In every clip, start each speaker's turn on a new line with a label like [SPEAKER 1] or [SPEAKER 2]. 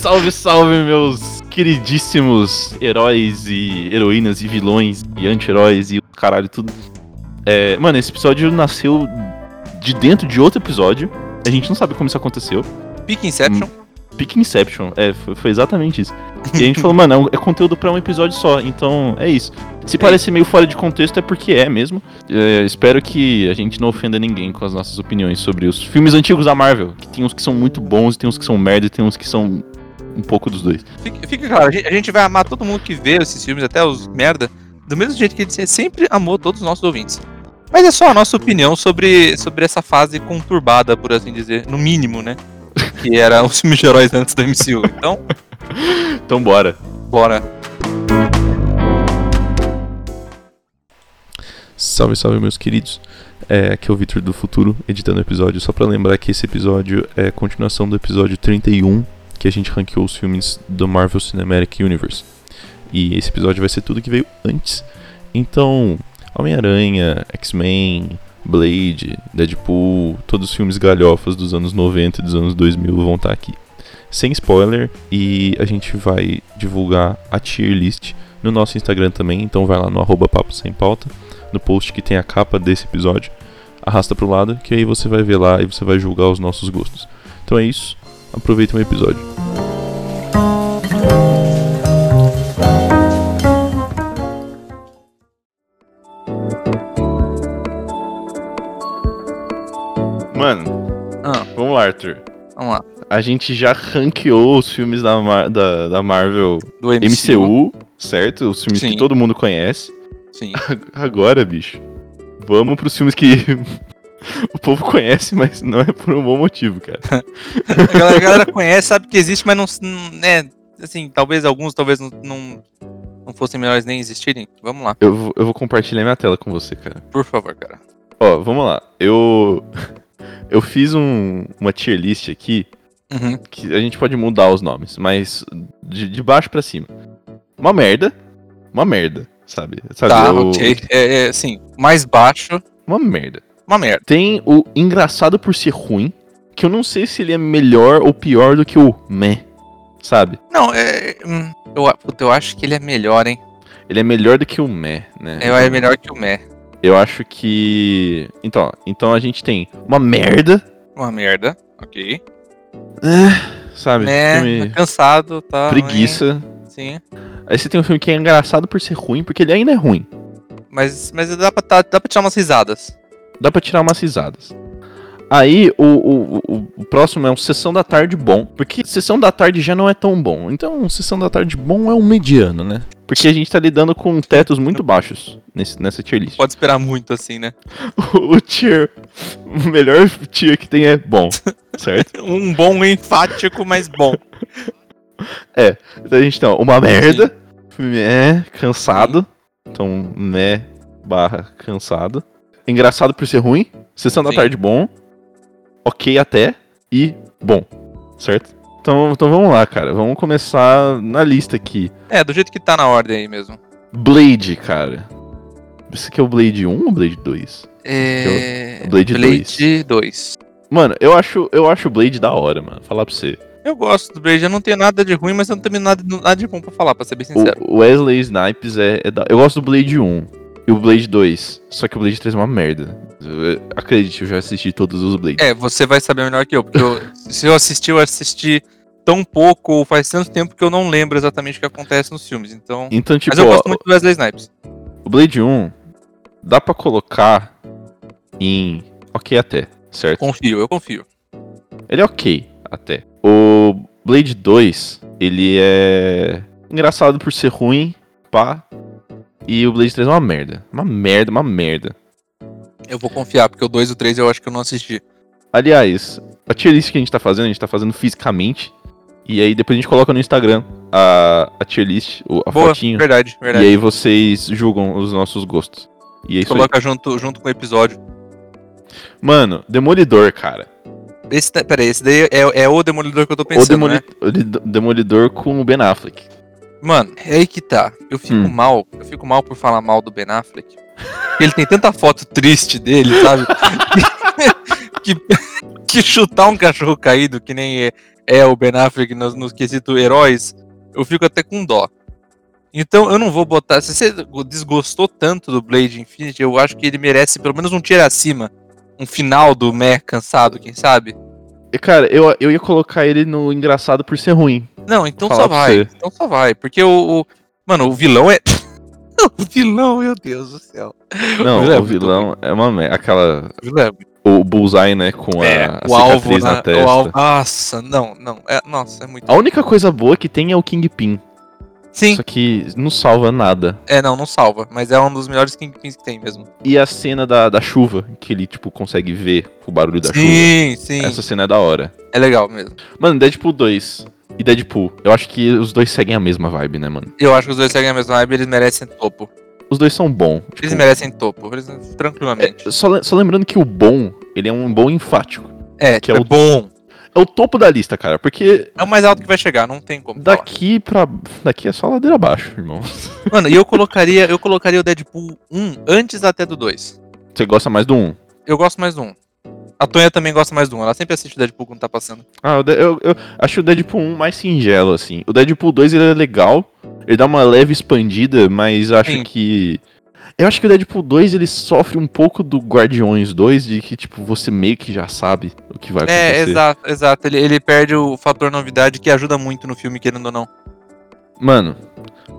[SPEAKER 1] Salve, salve, meus queridíssimos heróis e heroínas e vilões e anti-heróis e o caralho tudo. É, mano, esse episódio nasceu de dentro de outro episódio. A gente não sabe como isso aconteceu.
[SPEAKER 2] Pique Inception.
[SPEAKER 1] Pique Inception, é, foi, foi exatamente isso. E a gente falou, mano, é um- é conteúdo pra um episódio só, então é isso. Se parece meio fora de contexto, é porque é mesmo. É, espero que a gente não ofenda ninguém com as nossas opiniões sobre os filmes antigos da Marvel. Que tem uns que são muito bons, tem uns que são merda e tem uns que são um pouco dos dois.
[SPEAKER 2] Fica, fica claro, a gente, a gente vai amar todo mundo que vê esses filmes, até os merda, do mesmo jeito que a gente sempre amou todos os nossos ouvintes. Mas é só a nossa opinião sobre, sobre essa fase conturbada, por assim dizer, no mínimo, né? Que era os filmes de heróis antes do MCU. Então,
[SPEAKER 1] Então bora.
[SPEAKER 2] bora.
[SPEAKER 3] Salve, salve, meus queridos. É, aqui é o Vitor do Futuro, editando o episódio. Só pra lembrar que esse episódio é continuação do episódio 31, que a gente ranqueou os filmes do Marvel Cinematic Universe. E esse episódio vai ser tudo que veio antes. Então, Homem-Aranha, X-Men, Blade, Deadpool, todos os filmes galhofas dos anos 90 e dos anos 2000 vão estar aqui. Sem spoiler, e a gente vai divulgar a tier list no nosso Instagram também, então vai lá no arroba papo sem pauta no post que tem a capa desse episódio. Arrasta pro lado, que aí você vai ver lá e você vai julgar os nossos gostos. Então é isso, aproveita o episódio.
[SPEAKER 1] Mano,
[SPEAKER 2] Ah,
[SPEAKER 1] vamos lá, Arthur.
[SPEAKER 2] vamos lá.
[SPEAKER 1] A gente já ranqueou os filmes da, Mar- da, da Marvel
[SPEAKER 2] Do MCU.
[SPEAKER 1] MCU, certo? Os filmes que
[SPEAKER 2] Sim.
[SPEAKER 1] todo mundo conhece.
[SPEAKER 2] Sim.
[SPEAKER 1] Agora, bicho, vamos pros filmes que o povo conhece, mas não é por um bom motivo, cara.
[SPEAKER 2] A galera, a galera conhece, sabe que existe, mas não. s- não- né, assim, talvez alguns, talvez não, não, não fossem melhores nem existirem. Vamos lá,
[SPEAKER 1] Eu, vou- eu vou compartilhar minha tela com você, cara.
[SPEAKER 2] por favor, cara.
[SPEAKER 1] Ó, vamos lá. Eu eu fiz um- uma tier list aqui
[SPEAKER 2] Uhum.
[SPEAKER 1] que a gente pode mudar os nomes, mas de, de baixo pra cima. Uma merda, uma merda, sabe? sabe
[SPEAKER 2] Tá,
[SPEAKER 1] eu-
[SPEAKER 2] ok. É, é, sim, mais baixo,
[SPEAKER 1] Uma merda.
[SPEAKER 2] uma merda.
[SPEAKER 1] Tem o engraçado por ser ruim, que eu não sei se ele é melhor ou pior do que o meh, sabe?
[SPEAKER 2] Não, é. hum, Eu, a- puta, eu acho que ele é melhor, hein?
[SPEAKER 1] Ele é melhor do que o meh, né?
[SPEAKER 2] Eu é melhor que o Mé.
[SPEAKER 1] Eu acho que. Então, ó, então a gente tem uma merda,
[SPEAKER 2] Uma merda. Ok.
[SPEAKER 1] sabe?
[SPEAKER 2] Mé,
[SPEAKER 1] filme
[SPEAKER 2] tá cansado, tá.
[SPEAKER 1] preguiça.
[SPEAKER 2] hein? Sim.
[SPEAKER 1] Aí você tem um filme que é engraçado por ser ruim, porque ele ainda é ruim.
[SPEAKER 2] Mas, mas dá, pra, tá- dá pra tirar umas risadas.
[SPEAKER 1] Dá pra tirar umas risadas. Aí o, o, o, o próximo é um Sessão da Tarde bom. Porque Sessão da Tarde já não é tão bom. Então, Sessão da Tarde bom é um mediano, né? Porque a gente tá lidando com tetos muito baixos nesse, nessa tier list.
[SPEAKER 2] Pode esperar muito assim, né?
[SPEAKER 1] O tier. O melhor tier que tem é bom. Certo?
[SPEAKER 2] Um bom enfático, mas bom.
[SPEAKER 1] Então a gente tem ó, uma merda, meh, cansado. Então, meh, barra, cansado. Engraçado por ser ruim. Sessão da
[SPEAKER 2] Sim.
[SPEAKER 1] tarde, bom. Ok até. E bom. Certo? Então, então vamos lá, cara. Vamos começar na lista aqui.
[SPEAKER 2] É, do jeito que tá na ordem aí mesmo.
[SPEAKER 1] Blade, cara. Esse aqui é o Blade 1 ou Blade 2?
[SPEAKER 2] É.
[SPEAKER 1] Blade
[SPEAKER 2] Blade 2.
[SPEAKER 1] Mano, eu acho, eu acho o Blade da hora, mano. Falar pra você.
[SPEAKER 2] Eu gosto do Blade, eu não tenho nada de ruim, mas eu não tenho nada, nada de bom pra falar, pra ser bem sincero.
[SPEAKER 1] O o Wesley Snipes é, é da... Eu gosto do Blade 1 e o Blade 2. Só que o Blade 3 é uma merda. Eu- eu- Acredite, eu já assisti todos os Blades.
[SPEAKER 2] É, você vai saber melhor que eu, porque eu- se eu assisti, eu assisti tão pouco, ou faz tanto tempo que eu não lembro exatamente o que acontece nos filmes, então...
[SPEAKER 1] Então, tipo,
[SPEAKER 2] Mas eu
[SPEAKER 1] ó,
[SPEAKER 2] gosto muito do Wesley Snipes.
[SPEAKER 1] o Blade 1 dá pra colocar em ok até, certo?
[SPEAKER 2] Confio, eu confio.
[SPEAKER 1] Ele é ok até. O Blade 2, ele é engraçado por ser ruim, pá. E o Blade 3 é uma merda. Uma merda, uma merda.
[SPEAKER 2] Eu vou confiar, porque o 2 e o 3 eu acho que eu não assisti.
[SPEAKER 1] Aliás, a tier list que a gente tá fazendo, a gente tá fazendo fisicamente. E aí depois a gente coloca no Instagram a, a tier list, o- a
[SPEAKER 2] Boa,
[SPEAKER 1] fotinho.
[SPEAKER 2] verdade,
[SPEAKER 1] E
[SPEAKER 2] verdade.
[SPEAKER 1] aí vocês julgam os nossos gostos. E é isso aí.
[SPEAKER 2] Coloca junto, junto com o episódio.
[SPEAKER 1] Mano, Demolidor, cara.
[SPEAKER 2] Esse, da- peraí, esse daí é, é o Demolidor que eu tô
[SPEAKER 1] O
[SPEAKER 2] pensando,
[SPEAKER 1] Demoli-
[SPEAKER 2] né?
[SPEAKER 1] o Demolidor com o Ben Affleck.
[SPEAKER 2] Mano, é aí que tá. Eu fico
[SPEAKER 1] Hum.
[SPEAKER 2] mal, eu fico mal por falar mal do Ben Affleck. Ele tem tanta foto triste dele, sabe? que, que chutar um cachorro caído, que nem é, é o Ben Affleck nos, nos quesito heróis, eu fico até com dó. Então eu não vou botar. Se você desgostou tanto do Blade Infinity, eu acho que ele merece pelo menos um tiro acima. Um final do Meh cansado, quem sabe?
[SPEAKER 1] E, Cara, eu, eu ia colocar ele no engraçado por ser ruim.
[SPEAKER 2] Não, então
[SPEAKER 1] Falar
[SPEAKER 2] só
[SPEAKER 1] pra
[SPEAKER 2] vai.
[SPEAKER 1] você.
[SPEAKER 2] Então só vai. Porque o. o- mano, o vilão é. o vilão, meu Deus do céu.
[SPEAKER 1] Não,
[SPEAKER 2] Ele é
[SPEAKER 1] o
[SPEAKER 2] muito
[SPEAKER 1] vilão é uma merda. Aquela.
[SPEAKER 2] O vilão é
[SPEAKER 1] O bullseye, né? Com a, a
[SPEAKER 2] o alvo
[SPEAKER 1] cicatriz na,
[SPEAKER 2] na-
[SPEAKER 1] testa.
[SPEAKER 2] O alvo, nossa, não, não. É, nossa, é muito.
[SPEAKER 1] A única coisa boa que tem é o Kingpin.
[SPEAKER 2] Sim,
[SPEAKER 1] Só que não salva nada.
[SPEAKER 2] é, não, não salva. Mas é um dos melhores Kingpins que tem mesmo.
[SPEAKER 1] E a cena da, da chuva, que ele, tipo, consegue ver o barulho da chuva.
[SPEAKER 2] Sim, sim.
[SPEAKER 1] Essa cena é da hora.
[SPEAKER 2] É legal mesmo.
[SPEAKER 1] Mano, Deadpool 2 e Deadpool. Eu acho que os dois seguem a mesma vibe, né, mano?
[SPEAKER 2] Eu acho que os dois seguem a mesma vibe, eles merecem topo.
[SPEAKER 1] Os dois são bons. tipo,
[SPEAKER 2] Eles merecem topo, eles, tranquilamente.
[SPEAKER 1] só, le- só lembrando que o bom, ele é um bom enfático.
[SPEAKER 2] É,
[SPEAKER 1] que
[SPEAKER 2] que
[SPEAKER 1] é
[SPEAKER 2] é,
[SPEAKER 1] o-
[SPEAKER 2] bom.
[SPEAKER 1] É o topo da lista, cara, porque
[SPEAKER 2] É o mais alto que vai chegar, não tem como. falar.
[SPEAKER 1] daqui pra. Daqui é só ladeira abaixo, irmão.
[SPEAKER 2] Mano, e eu colocaria, eu colocaria o Deadpool 1 antes até do 2.
[SPEAKER 1] Você gosta mais do 1.
[SPEAKER 2] Eu gosto mais do 1. A Tonha também gosta mais do 1. Ela sempre assiste o Deadpool quando tá passando.
[SPEAKER 1] Ah, eu, eu,
[SPEAKER 2] É.
[SPEAKER 1] eu acho o Deadpool 1 mais singelo, assim. O Deadpool 2 ele é legal, ele dá uma leve expandida, mas acho
[SPEAKER 2] Sim.
[SPEAKER 1] que. Eu acho que o Deadpool 2 ele sofre um pouco do Guardiões 2, de que, tipo, você meio que já sabe o que vai acontecer.
[SPEAKER 2] É, exato, exato. Ele, ele perde o fator novidade que ajuda muito no filme, querendo ou não.
[SPEAKER 1] Mano,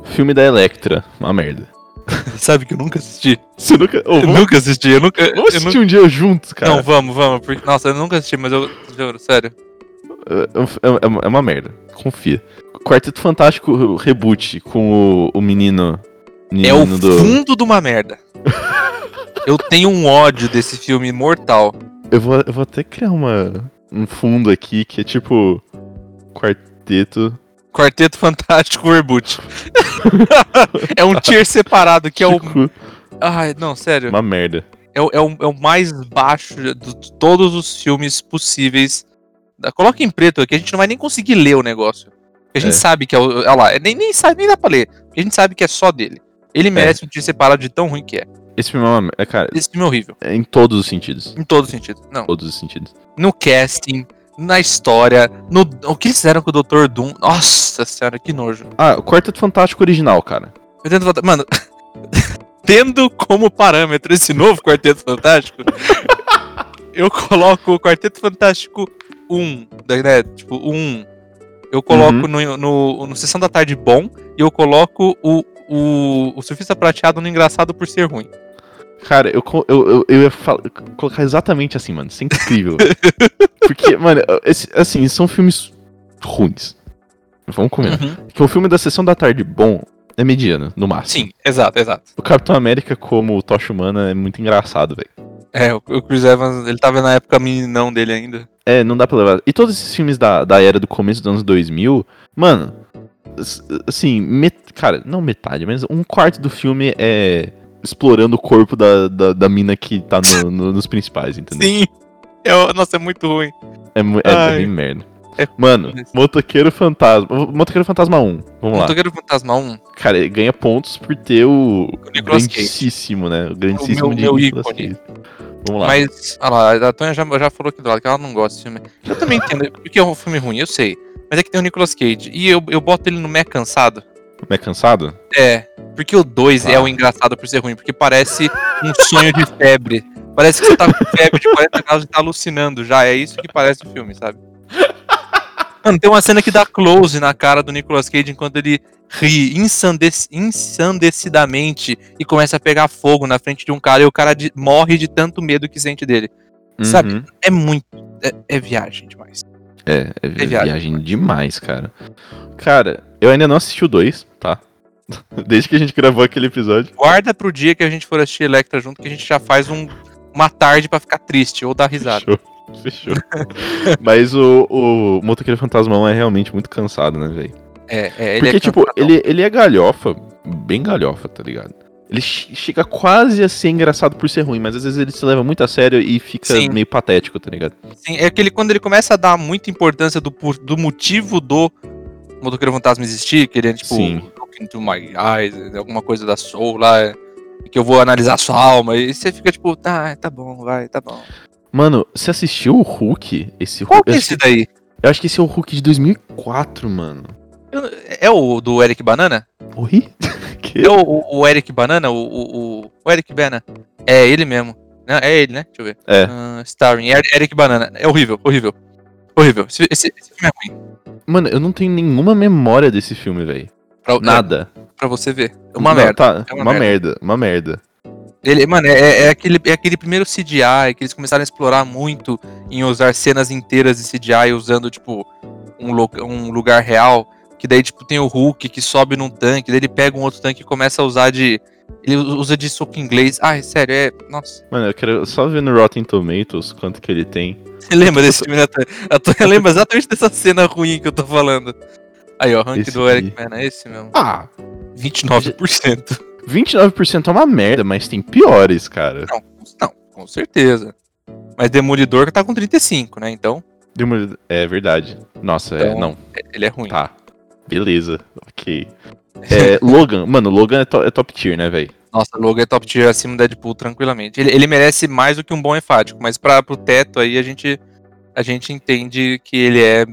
[SPEAKER 1] filme da Electra, uma merda.
[SPEAKER 2] Sabe que eu nunca assisti.
[SPEAKER 1] Você nunca. Ô,
[SPEAKER 2] Eu
[SPEAKER 1] vamos,
[SPEAKER 2] nunca assisti, eu nunca. eu
[SPEAKER 1] vamos assistir um dia juntos,
[SPEAKER 2] nunca- Não,
[SPEAKER 1] cara.
[SPEAKER 2] vamos, vamos. Porque, nossa, eu nunca assisti, mas eu. Juro, sério.
[SPEAKER 1] É, é- é uma- é uma merda, confia. Quarteto Fantástico Reboot com o, o menino.
[SPEAKER 2] É o
[SPEAKER 1] menino
[SPEAKER 2] fundo de uma merda. Eu tenho um ódio desse filme mortal.
[SPEAKER 1] Eu vou, eu vou até criar uma, um fundo aqui que é tipo. Quarteto.
[SPEAKER 2] Quarteto Fantástico Reboot. é um tier separado, que é o.
[SPEAKER 1] Tico,
[SPEAKER 2] Ai, não, sério.
[SPEAKER 1] tipo Uma merda.
[SPEAKER 2] É, o- é o, é o mais baixo de de todos os filmes possíveis. Da- Coloca em preto aqui, a gente não vai nem conseguir ler o negócio. A gente
[SPEAKER 1] É.
[SPEAKER 2] sabe que é o. Olha lá, é- nem, nem, sabe, nem dá pra ler. A gente sabe que é só dele. Ele merece um dia separado de tão ruim que é.
[SPEAKER 1] Esse filme é uma merda. Cara,
[SPEAKER 2] Esse filme é horrível.
[SPEAKER 1] é em todos os sentidos.
[SPEAKER 2] Em todos os sentidos. Não.
[SPEAKER 1] Todos os sentidos.
[SPEAKER 2] No casting, na história, no. O que eles fizeram com o Dr. Doom. Nossa senhora, que nojo.
[SPEAKER 1] Ah, o Quarteto Fantástico original, cara.
[SPEAKER 2] Eu tento voltar. Mano. Tendo como parâmetro esse novo Quarteto Fantástico, eu coloco o Quarteto Fantástico 1, da- né? Tipo, o 1. Eu coloco
[SPEAKER 1] Uhum.
[SPEAKER 2] no, no, no Sessão da Tarde Bom e eu coloco o, o, o Surfista Prateado no Engraçado por ser ruim.
[SPEAKER 1] Cara, eu, co- eu, eu, eu ia fal- colocar exatamente assim, mano. Isso é incrível. Porque, mano, esse- assim, são filmes ruins. Vamos combinar.
[SPEAKER 2] Hum.
[SPEAKER 1] Que o filme da Sessão da Tarde bom é mediano, no máximo.
[SPEAKER 2] Sim, exato, exato.
[SPEAKER 1] O Capitão América como Tocha Humana é muito engraçado, velho.
[SPEAKER 2] É, o, o Chris Evans, ele tava na época meninão dele ainda.
[SPEAKER 1] É, não dá pra levar. E todos esses filmes da, da era do começo dos anos 2000, mano, s- assim, met- cara, não metade, mas um quarto do filme é explorando o corpo da, da, da mina que tá no- no- nos principais, entendeu?
[SPEAKER 2] Sim. É, o- nossa, é muito ruim.
[SPEAKER 1] É, mu- é, é
[SPEAKER 2] Ai.
[SPEAKER 1] bem merda.
[SPEAKER 2] É-
[SPEAKER 1] Mano, Motoqueiro Fantasma. o- Motoqueiro Fantasma 1, vamos lá.
[SPEAKER 2] Motoqueiro Fantasma 1,
[SPEAKER 1] Cara, ele ganha pontos por ter o
[SPEAKER 2] o Nicolas Cage.
[SPEAKER 1] grandíssimo, né? O grandíssimo
[SPEAKER 2] meu-
[SPEAKER 1] de
[SPEAKER 2] meu
[SPEAKER 1] Nicolas
[SPEAKER 2] ícone.
[SPEAKER 1] Cage. Vamos lá.
[SPEAKER 2] Mas, olha lá, a Tonha já, já falou aqui do lado que ela não gosta desse filme. Eu também entendo, porque é um filme ruim, eu sei. Mas é que tem o Nicolas Cage. E eu, eu boto ele no Mé Cansado.
[SPEAKER 1] Não é cansado?
[SPEAKER 2] É, porque o 2 é
[SPEAKER 1] Ah.
[SPEAKER 2] o engraçado por ser ruim, porque parece um sonho de febre. Parece que você tá com febre de 40 graus e tá alucinando já. É isso que parece o filme, sabe? Mano, tem uma cena que dá close na cara do Nicolas Cage enquanto ele ri ensandec- ensandecidamente e começa a pegar fogo na frente de um cara e o cara de- morre de tanto medo que sente dele. Sabe,
[SPEAKER 1] Uhum.
[SPEAKER 2] é muito. É, é viagem demais.
[SPEAKER 1] É, é, vi-
[SPEAKER 2] viagem.
[SPEAKER 1] viagem demais, cara. Cara, eu ainda não assisti o 2, tá? Desde que a gente gravou aquele episódio.
[SPEAKER 2] Guarda pro dia que a gente for assistir Electra junto, que a gente já faz um- uma tarde pra ficar triste ou dar risada.
[SPEAKER 1] Fechou. Fechou. Mas o, o Motoqueiro Fantasmão é realmente muito cansado, né, velho?
[SPEAKER 2] É, é, ele
[SPEAKER 1] Porque,
[SPEAKER 2] é
[SPEAKER 1] tipo,
[SPEAKER 2] cansadão.
[SPEAKER 1] ele, ele é galhofa, bem galhofa, tá ligado? Ele che- chega quase a ser engraçado por ser ruim, mas às vezes ele se leva muito a sério e fica
[SPEAKER 2] Sim.
[SPEAKER 1] meio patético, tá ligado?
[SPEAKER 2] Sim, é que ele, quando ele começa a dar muita importância do, por- do motivo do Motoqueiro Fantasma existir, que ele é, tipo,
[SPEAKER 1] Sim.
[SPEAKER 2] look into my eyes, é alguma coisa da soul lá, é, que eu vou analisar a sua alma. E você fica tipo, tá, tá bom, vai, tá bom.
[SPEAKER 1] Mano, você assistiu o Hulk? Esse
[SPEAKER 2] Qual
[SPEAKER 1] Hulk.
[SPEAKER 2] que é esse daí?
[SPEAKER 1] Eu acho que esse é o Hulk de 2004, mano.
[SPEAKER 2] Eu- É o do Eric Banana?
[SPEAKER 1] Oi? que?
[SPEAKER 2] É o, o- o Eric Banana? O, o, o- o Eric Bana? É ele mesmo. Não, é ele, né? Deixa eu ver.
[SPEAKER 1] É.
[SPEAKER 2] Ah, starring Er- Eric Banana. É horrível, horrível. Horrível. Esse, esse- esse filme é ruim.
[SPEAKER 1] Mano, eu não tenho nenhuma memória desse filme, velho.
[SPEAKER 2] Pra,
[SPEAKER 1] Nada.
[SPEAKER 2] pra você ver. É uma
[SPEAKER 1] Não,
[SPEAKER 2] merda.
[SPEAKER 1] Tá,
[SPEAKER 2] é
[SPEAKER 1] uma,
[SPEAKER 2] uma
[SPEAKER 1] merda. uma merda.
[SPEAKER 2] Ele, mano, é, é, aquele, é aquele primeiro CGI que eles começaram a explorar muito em usar cenas inteiras de CGI usando, tipo, um, lo- um lugar real. Que daí, tipo, tem o Hulk que sobe num tanque, daí ele pega um outro tanque e começa a usar de. Ele usa de soco inglês. Ai, sério, é. Nossa.
[SPEAKER 1] Mano, eu quero só ver no Rotten Tomatoes quanto que ele tem.
[SPEAKER 2] Você lembra desse filme, né, Natan? Eu, tô- eu lembro exatamente dessa cena ruim que eu tô falando. Aí, ó, rank
[SPEAKER 1] Esse
[SPEAKER 2] do Eric
[SPEAKER 1] aqui.
[SPEAKER 2] Mena, é esse mesmo.
[SPEAKER 1] Ah,
[SPEAKER 2] 29%.
[SPEAKER 1] 29% é uma merda, mas tem piores, cara.
[SPEAKER 2] Não, não, com certeza. Mas Demolidor tá com 35, né? Então,
[SPEAKER 1] Demolidor- É verdade. Nossa, é,
[SPEAKER 2] Então-
[SPEAKER 1] não.
[SPEAKER 2] ele é ruim.
[SPEAKER 1] Tá. Beleza. Ok. É, Logan. Mano, Logan é, to- é top tier, né, velho?
[SPEAKER 2] Nossa, Logan é top tier acima do Deadpool tranquilamente. Ele, ele merece mais do que um bom enfático, mas para pro teto aí a gente a gente entende que ele é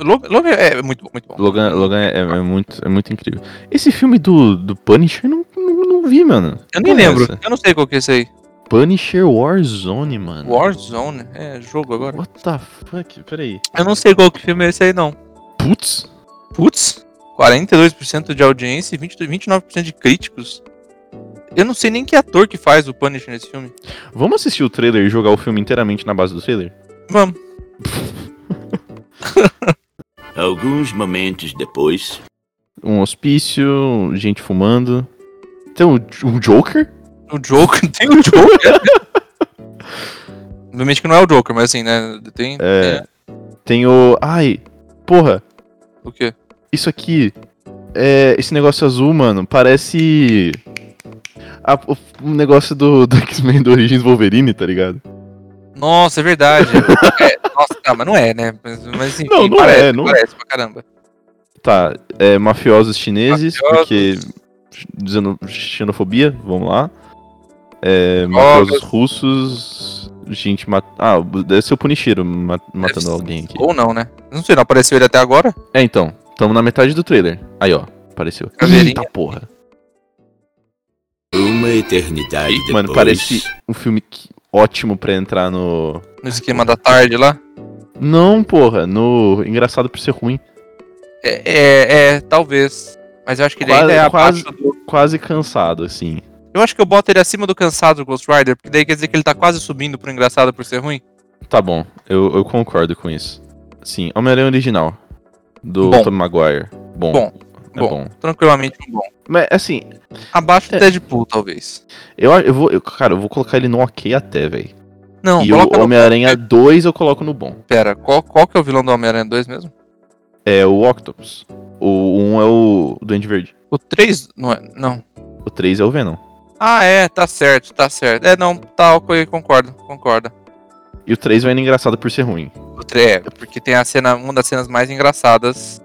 [SPEAKER 2] Logan, Logan é muito bom, muito bom.
[SPEAKER 1] Logan, Logan é, é muito, é muito incrível. Esse filme do, do Punisher eu não, não, não vi, mano.
[SPEAKER 2] Eu nem
[SPEAKER 1] Porra,
[SPEAKER 2] lembro.
[SPEAKER 1] essa?
[SPEAKER 2] Eu não sei qual que é esse aí.
[SPEAKER 1] Punisher Warzone, mano.
[SPEAKER 2] Warzone, é jogo agora.
[SPEAKER 1] What the fuck? Peraí.
[SPEAKER 2] Eu não sei qual que filme é esse aí não.
[SPEAKER 1] Putz.
[SPEAKER 2] Putz, 42% de audiência e 20 29% de críticos. Eu não sei nem que ator que faz o Punisher nesse filme.
[SPEAKER 1] Vamos assistir o trailer e jogar o filme inteiramente na base do trailer?
[SPEAKER 2] Vamos.
[SPEAKER 4] Alguns momentos depois.
[SPEAKER 1] Um hospício, gente fumando. Tem um, um Joker?
[SPEAKER 2] O Joker, tem o Joker. Obviamente que não é o Joker, mas assim, né? Tem.
[SPEAKER 1] É. Tem o. Ai, porra,
[SPEAKER 2] O quê?
[SPEAKER 1] isso aqui. É, esse negócio azul, mano, parece. a- o o negócio do, do X-Men do Origins Wolverine, tá ligado?
[SPEAKER 2] Nossa, é verdade. É, nossa, tá, mas não é, né? Mas, mas enfim,
[SPEAKER 1] Não, não
[SPEAKER 2] parece,
[SPEAKER 1] é, não é.
[SPEAKER 2] parece pra caramba.
[SPEAKER 1] Tá, é, mafiosos chineses,
[SPEAKER 2] Mafiosos.
[SPEAKER 1] porque. Dizendo xenofobia, vamos lá. É, mafiosos russos. Gente mata. Ah, deve ser o Punichiro ma- matando
[SPEAKER 2] Deve-
[SPEAKER 1] alguém aqui.
[SPEAKER 2] Ou não, né? Não sei, não apareceu ele até agora?
[SPEAKER 1] É, então. Tamo na metade do trailer. Aí, ó. Apareceu.
[SPEAKER 2] Caveirinha.
[SPEAKER 1] Eita porra.
[SPEAKER 4] Uma eternidade depois.
[SPEAKER 1] Mano, parece um filme que- ótimo pra entrar no.
[SPEAKER 2] No esquema da tarde lá?
[SPEAKER 1] Não, porra. No. Engraçado por ser ruim.
[SPEAKER 2] É, é, é, talvez. Mas eu acho que ele ainda é
[SPEAKER 1] Quase-
[SPEAKER 2] abaixo do.
[SPEAKER 1] Quase cansado, assim.
[SPEAKER 2] Eu acho que eu boto ele acima do cansado do Ghost Rider, porque daí quer dizer que ele tá quase subindo pro engraçado por ser ruim.
[SPEAKER 1] Tá bom. Eu, eu concordo com isso. Sim, Homem-Aranha original. Do
[SPEAKER 2] Bom.
[SPEAKER 1] Tom Maguire. Bom.
[SPEAKER 2] Bom,
[SPEAKER 1] É
[SPEAKER 2] bom.
[SPEAKER 1] bom.
[SPEAKER 2] Tranquilamente um bom.
[SPEAKER 1] Mas, assim,
[SPEAKER 2] Abaixo
[SPEAKER 1] É.
[SPEAKER 2] do Deadpool, talvez.
[SPEAKER 1] eu, eu vou. eu- cara, eu vou colocar ele no ok até, velho.
[SPEAKER 2] Não,
[SPEAKER 1] E
[SPEAKER 2] coloca
[SPEAKER 1] o
[SPEAKER 2] no-
[SPEAKER 1] Homem-Aranha 2 eu coloco no bom.
[SPEAKER 2] Pera, qual, qual que é o vilão do Homem-Aranha 2 mesmo?
[SPEAKER 1] É o Octopus. O 1 um é o Duende Verde.
[SPEAKER 2] O 3 não é. Não.
[SPEAKER 1] O 3 é o Venom.
[SPEAKER 2] Ah, é, tá certo, tá certo. É, não, tá, ok, concordo, concordo.
[SPEAKER 1] E o 3 vai no engraçado por ser ruim.
[SPEAKER 2] O tre- É, porque tem a cena, uma das cenas mais engraçadas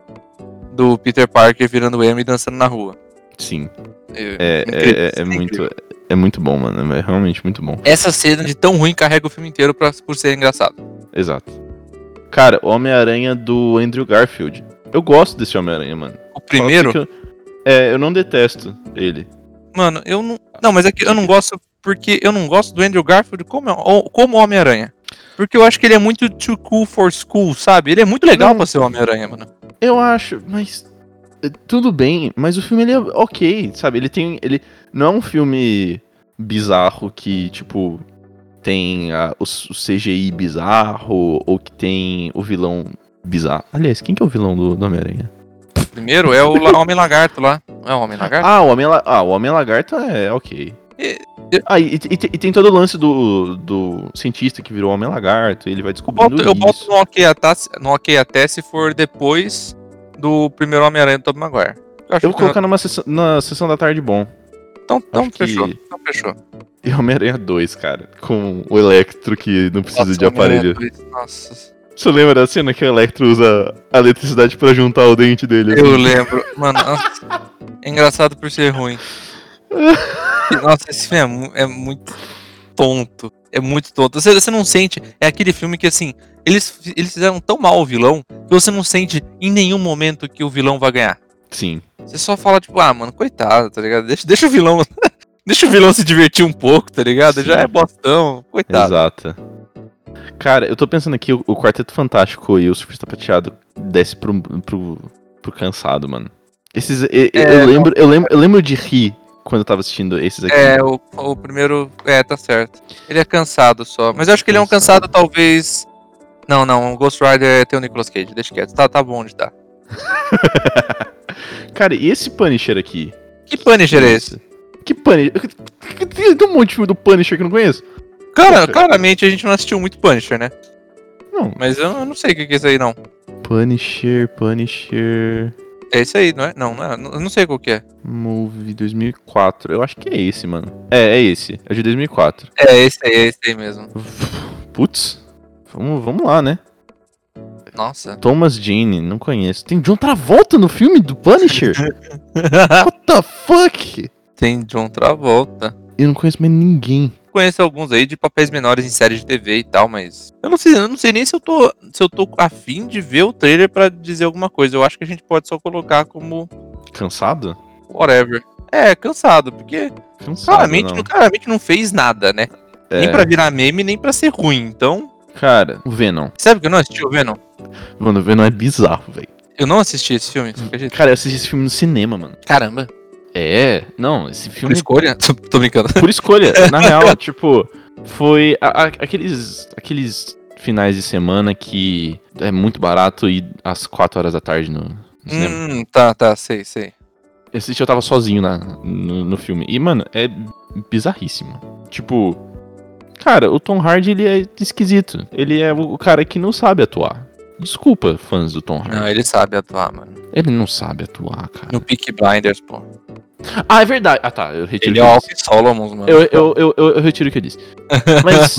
[SPEAKER 2] do Peter Parker virando M e dançando na rua.
[SPEAKER 1] Sim.
[SPEAKER 2] É,
[SPEAKER 1] É,
[SPEAKER 2] Incrível,
[SPEAKER 1] é, é, é
[SPEAKER 2] incrível.
[SPEAKER 1] muito. É muito bom, mano. É realmente muito bom.
[SPEAKER 2] Essa cena de tão ruim carrega o filme inteiro pra, por ser engraçado.
[SPEAKER 1] Exato. Cara, o Homem-Aranha do Andrew Garfield. Eu gosto desse Homem-Aranha, mano.
[SPEAKER 2] O primeiro,
[SPEAKER 1] Fala que eu- É, eu não detesto ele.
[SPEAKER 2] mano, eu não. Não, mas é que eu não gosto porque eu não gosto do Andrew Garfield como, o- como Homem-Aranha. Porque eu acho que ele é muito too cool for school, sabe? Ele é muito legal
[SPEAKER 1] Não.
[SPEAKER 2] pra ser o Homem-Aranha, mano.
[SPEAKER 1] Eu acho, mas. eh, Tudo bem, mas o filme ele é ok, sabe? Ele tem. Ele não é um filme bizarro que, tipo, tem ah, o, s- o CGI bizarro ou que tem o vilão bizarro. Aliás, quem que é o vilão do, do Homem-Aranha?
[SPEAKER 2] O primeiro é o La- Homem-Lagarto lá. Não é o Homem-Lagarto?
[SPEAKER 1] Ah, o Homem, La- ah, o Homem Lagarto é ok.
[SPEAKER 2] E-
[SPEAKER 1] Ah, e, e te- e tem todo o lance do, do cientista que virou Homem Lagarto, ele vai
[SPEAKER 2] Eu boto,
[SPEAKER 1] descobrindo
[SPEAKER 2] eu boto
[SPEAKER 1] isso.
[SPEAKER 2] no, ok até, no ok até se for depois do primeiro Homem-Aranha do Tobey Maguire. acho
[SPEAKER 1] Eu vou
[SPEAKER 2] que o
[SPEAKER 1] colocar numa sessão, na sessão da tarde bom.
[SPEAKER 2] Então, então
[SPEAKER 1] Acho que-
[SPEAKER 2] fechou. Então fechou.
[SPEAKER 1] E Homem-Aranha 2, cara, com o Electro que não precisa
[SPEAKER 2] Nossa,
[SPEAKER 1] de aparelho.
[SPEAKER 2] Homem-Aranha, nossa.
[SPEAKER 1] Você lembra da cena que o Electro usa a eletricidade pra juntar o dente dele? assim?
[SPEAKER 2] Eu lembro. Mano, nossa. É engraçado por ser ruim. Nossa, esse filme é mu- é, muito tonto. É muito tonto. Você, você não sente. É aquele filme que, assim, eles, fi- eles fizeram tão mal o vilão que você não sente em nenhum momento que o vilão vai ganhar.
[SPEAKER 1] Sim.
[SPEAKER 2] Você só fala, tipo, ah, mano, coitado, tá ligado? Deixa, deixa o vilão. deixa o vilão se divertir um pouco, tá ligado? Já
[SPEAKER 1] Sim.
[SPEAKER 2] é bostão. Coitado.
[SPEAKER 1] Exata. Cara, eu tô pensando aqui, o, o Quarteto Fantástico e o Surfista Prateado desce pro, pro, pro cansado, mano. Esses. e- e- Eu,
[SPEAKER 2] É,
[SPEAKER 1] lembro, eu, lembro, eu lembro de rir quando eu tava assistindo esses aqui.
[SPEAKER 2] É, o, o primeiro. É, tá certo. Ele é cansado só. Mas eu acho que ele é um cansado, talvez. Não, não. O Ghost Rider é, tem o Nicolas Cage, deixa quieto. Tá, tá bom onde tá.
[SPEAKER 1] Cara, e esse Punisher aqui?
[SPEAKER 2] Que Punisher é esse?
[SPEAKER 1] Que Punisher? Tem um monte de filme do Punisher que eu não conheço.
[SPEAKER 2] Cara, claramente a gente não assistiu muito Punisher, né?
[SPEAKER 1] Não.
[SPEAKER 2] Mas eu, eu não sei o que que é isso aí, não.
[SPEAKER 1] Punisher, Punisher.
[SPEAKER 2] É isso aí, não é? Não, não, é, não- eu não sei qual que é.
[SPEAKER 1] Movie 2004. Eu acho que é esse, mano. É, é esse. É de 2004.
[SPEAKER 2] É esse aí, é esse aí mesmo.
[SPEAKER 1] Putz. Vamos, vamos lá, né?
[SPEAKER 2] Nossa.
[SPEAKER 1] Thomas Jane, não conheço. Tem John Travolta no filme do Punisher? What the fuck?
[SPEAKER 2] tem John Travolta.
[SPEAKER 1] Eu não conheço mais ninguém.
[SPEAKER 2] Conheço alguns aí de papéis menores em séries de TV e tal, mas. Eu não sei, eu não sei nem se eu tô. Se eu tô afim de ver o trailer pra dizer alguma coisa. Eu acho que a gente pode só colocar como
[SPEAKER 1] Cansado?
[SPEAKER 2] whatever. É, cansado, porque
[SPEAKER 1] Cansado.
[SPEAKER 2] claramente
[SPEAKER 1] não.
[SPEAKER 2] não. claramente não fez nada, né?
[SPEAKER 1] É,
[SPEAKER 2] Nem pra virar meme, nem pra ser ruim. Então,
[SPEAKER 1] Cara, o Venom.
[SPEAKER 2] sabe que eu não assisti o Venom?
[SPEAKER 1] Mano, o Venom é bizarro, velho.
[SPEAKER 2] Eu não assisti esse filme, você acredita?
[SPEAKER 1] Cara, eu assisti esse filme no cinema, mano.
[SPEAKER 2] Caramba.
[SPEAKER 1] É, não, esse
[SPEAKER 2] Por
[SPEAKER 1] filme.
[SPEAKER 2] escolha? Tô, tô brincando.
[SPEAKER 1] Por escolha. Na real, tipo, foi a- a- aqueles, aqueles finais de semana que é muito barato e às 4 horas da tarde no, no cinema.
[SPEAKER 2] Hum, tá, tá, sei, sei.
[SPEAKER 1] Eu assisti, eu tava sozinho na, no, no filme. E, mano, é bizarríssimo. Tipo, cara, o Tom Hardy, ele é esquisito. Ele é o cara que não sabe atuar. Desculpa, fãs do Tom Hardy.
[SPEAKER 2] Não, Ah, ele sabe atuar, mano.
[SPEAKER 1] Ele não sabe atuar, cara.
[SPEAKER 2] No Peak Blinders, pô.
[SPEAKER 1] Ah, é verdade. Ah, tá, eu retiro
[SPEAKER 2] Ele
[SPEAKER 1] o
[SPEAKER 2] é
[SPEAKER 1] que
[SPEAKER 2] o
[SPEAKER 1] eu
[SPEAKER 2] Alf Solomons, mano.
[SPEAKER 1] disse. Eu, eu, eu, eu, eu retiro o que eu disse. Mas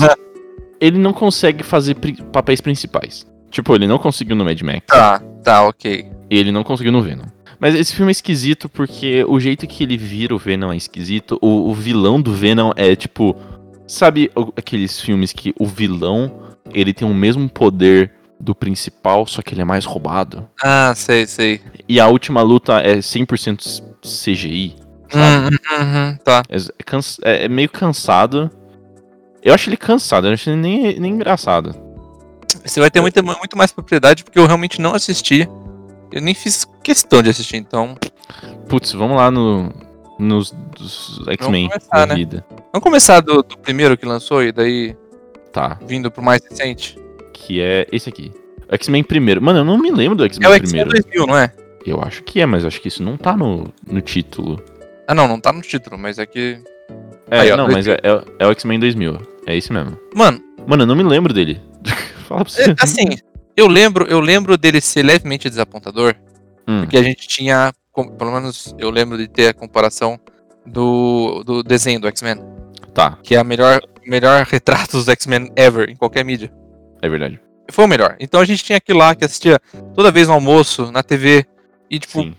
[SPEAKER 1] ele não consegue fazer pri- papéis principais. Tipo, ele não conseguiu no Mad Max.
[SPEAKER 2] Tá, tá, ok.
[SPEAKER 1] E ele não conseguiu no Venom. Mas esse filme é esquisito porque o jeito que ele vira o Venom é esquisito. O, o vilão do Venom é tipo. Sabe o- aqueles filmes que o vilão ele tem o mesmo poder do principal, só que ele é mais roubado?
[SPEAKER 2] Ah, sei, sei.
[SPEAKER 1] E a última luta é 100% CGI.
[SPEAKER 2] Hum, hum, hum, tá.
[SPEAKER 1] É, é cansa- é- é meio cansado. Eu acho ele cansado, eu acho ele nem, nem engraçado.
[SPEAKER 2] Você
[SPEAKER 1] É.
[SPEAKER 2] vai ter muita, muito mais propriedade, porque eu realmente não assisti. Eu nem fiz questão de assistir, então.
[SPEAKER 1] Putz, vamos lá no, nos dos X-Men
[SPEAKER 2] começar,
[SPEAKER 1] da
[SPEAKER 2] né?
[SPEAKER 1] vida.
[SPEAKER 2] Vamos começar do, do primeiro que lançou e daí
[SPEAKER 1] Tá.
[SPEAKER 2] vindo pro mais recente.
[SPEAKER 1] que é esse aqui. X-Men primeiro. Mano, eu não me lembro do
[SPEAKER 2] É
[SPEAKER 1] X-Men
[SPEAKER 2] o X-Men
[SPEAKER 1] primeiro.
[SPEAKER 2] 2000, não é?
[SPEAKER 1] Eu acho que é, mas acho que isso não tá no, no título.
[SPEAKER 2] Ah, não, não tá no título, mas é que.
[SPEAKER 1] É,
[SPEAKER 2] Aí, ó,
[SPEAKER 1] não, mas é, é- é o X-Men 2000. É isso mesmo.
[SPEAKER 2] Mano,
[SPEAKER 1] Mano, eu não me lembro dele. Fala pra
[SPEAKER 2] é,
[SPEAKER 1] você.
[SPEAKER 2] assim, eu lembro, eu lembro dele ser levemente desapontador,
[SPEAKER 1] Hum.
[SPEAKER 2] porque a gente tinha. com- Pelo menos eu lembro de ter a comparação do, do desenho do X-Men,
[SPEAKER 1] Tá,
[SPEAKER 2] que é a melhor, melhor retrato dos X-Men ever, em qualquer mídia.
[SPEAKER 1] é verdade.
[SPEAKER 2] Foi o melhor. Então a gente tinha aquilo lá que assistia toda vez no almoço, na TV. E, tipo,
[SPEAKER 1] Sim.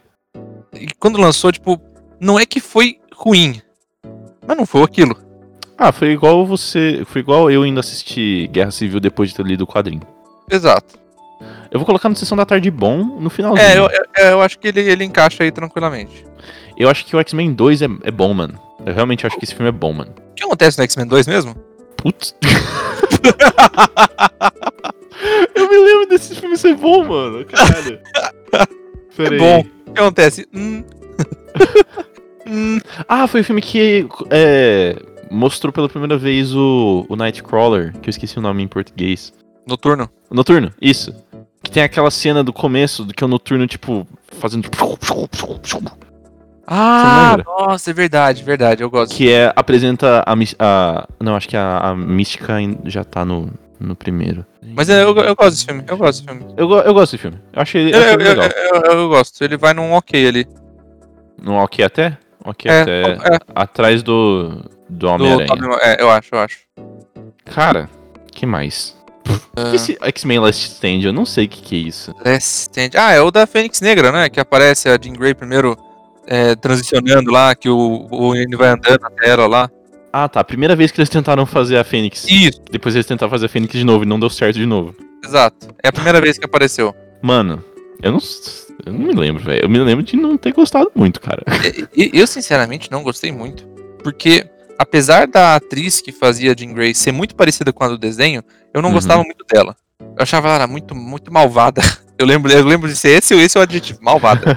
[SPEAKER 2] e quando lançou, tipo, não é que foi ruim. Mas não foi aquilo.
[SPEAKER 1] Ah, foi igual você. Foi igual eu indo assistir Guerra Civil depois de ter lido o quadrinho.
[SPEAKER 2] Exato.
[SPEAKER 1] Eu vou colocar no Sessão da Tarde Bom no finalzinho.
[SPEAKER 2] É, eu, eu- eu acho que ele, ele encaixa aí tranquilamente.
[SPEAKER 1] Eu acho que o X-Men 2 é, é bom, mano. Eu realmente acho que esse filme é bom, mano.
[SPEAKER 2] O que acontece no X-Men 2 mesmo?
[SPEAKER 1] Putz. eu me lembro desse filme ser bom, mano. Caralho. Pera
[SPEAKER 2] É
[SPEAKER 1] aí.
[SPEAKER 2] bom. O que acontece? Hum. Hum.
[SPEAKER 1] Ah, foi o filme que é, mostrou pela primeira vez o, o Nightcrawler, que eu esqueci o nome em português.
[SPEAKER 2] Noturno.
[SPEAKER 1] O Noturno, isso. Que tem aquela cena do começo do que é o Noturno, tipo, fazendo.
[SPEAKER 2] Ah,
[SPEAKER 1] lembra?
[SPEAKER 2] nossa, é verdade, verdade. Eu gosto.
[SPEAKER 1] Que é. Apresenta a. mis- a não, acho que a, a mística ain- já tá no, no primeiro.
[SPEAKER 2] Mas é, eu, eu gosto desse filme. Eu gosto desse filme.
[SPEAKER 1] Eu, go- eu gosto desse filme. Eu achei, eu
[SPEAKER 2] Eu,
[SPEAKER 1] achei
[SPEAKER 2] eu,
[SPEAKER 1] é, legal.
[SPEAKER 2] eu- eu- eu gosto. Ele vai num ok ali.
[SPEAKER 1] No Ok até? Ok
[SPEAKER 2] É,
[SPEAKER 1] até. Atrás do. Do
[SPEAKER 2] do
[SPEAKER 1] Homem-Aranha.
[SPEAKER 2] Tobey- é, eu acho, eu acho.
[SPEAKER 1] Cara, que mais?
[SPEAKER 2] Ah.
[SPEAKER 1] Que Esse X-Men Last Stand, eu não sei o que, que é isso.
[SPEAKER 2] Last Stand. Ah, é o da Fênix Negra, né? Que aparece a Jean Grey primeiro é, transicionando lá, que o, o Wolverine vai andando na tela lá.
[SPEAKER 1] Ah, tá. Primeira vez que eles tentaram fazer a Fênix.
[SPEAKER 2] Isso,
[SPEAKER 1] Depois eles tentaram fazer a Fênix de novo e não deu certo de novo.
[SPEAKER 2] exato. É a primeira vez que apareceu.
[SPEAKER 1] Mano, eu não, s- eu não me lembro, velho. Eu me lembro de não ter gostado muito, cara.
[SPEAKER 2] E- Eu, sinceramente, não gostei muito. Porque, apesar da atriz que fazia a Jean Grey ser muito parecida com a do desenho, eu não
[SPEAKER 1] Uhum.
[SPEAKER 2] gostava muito dela. Eu achava ela muito, muito malvada. Eu lembro, eu lembro de ser esse ou esse é o adjetivo, malvada.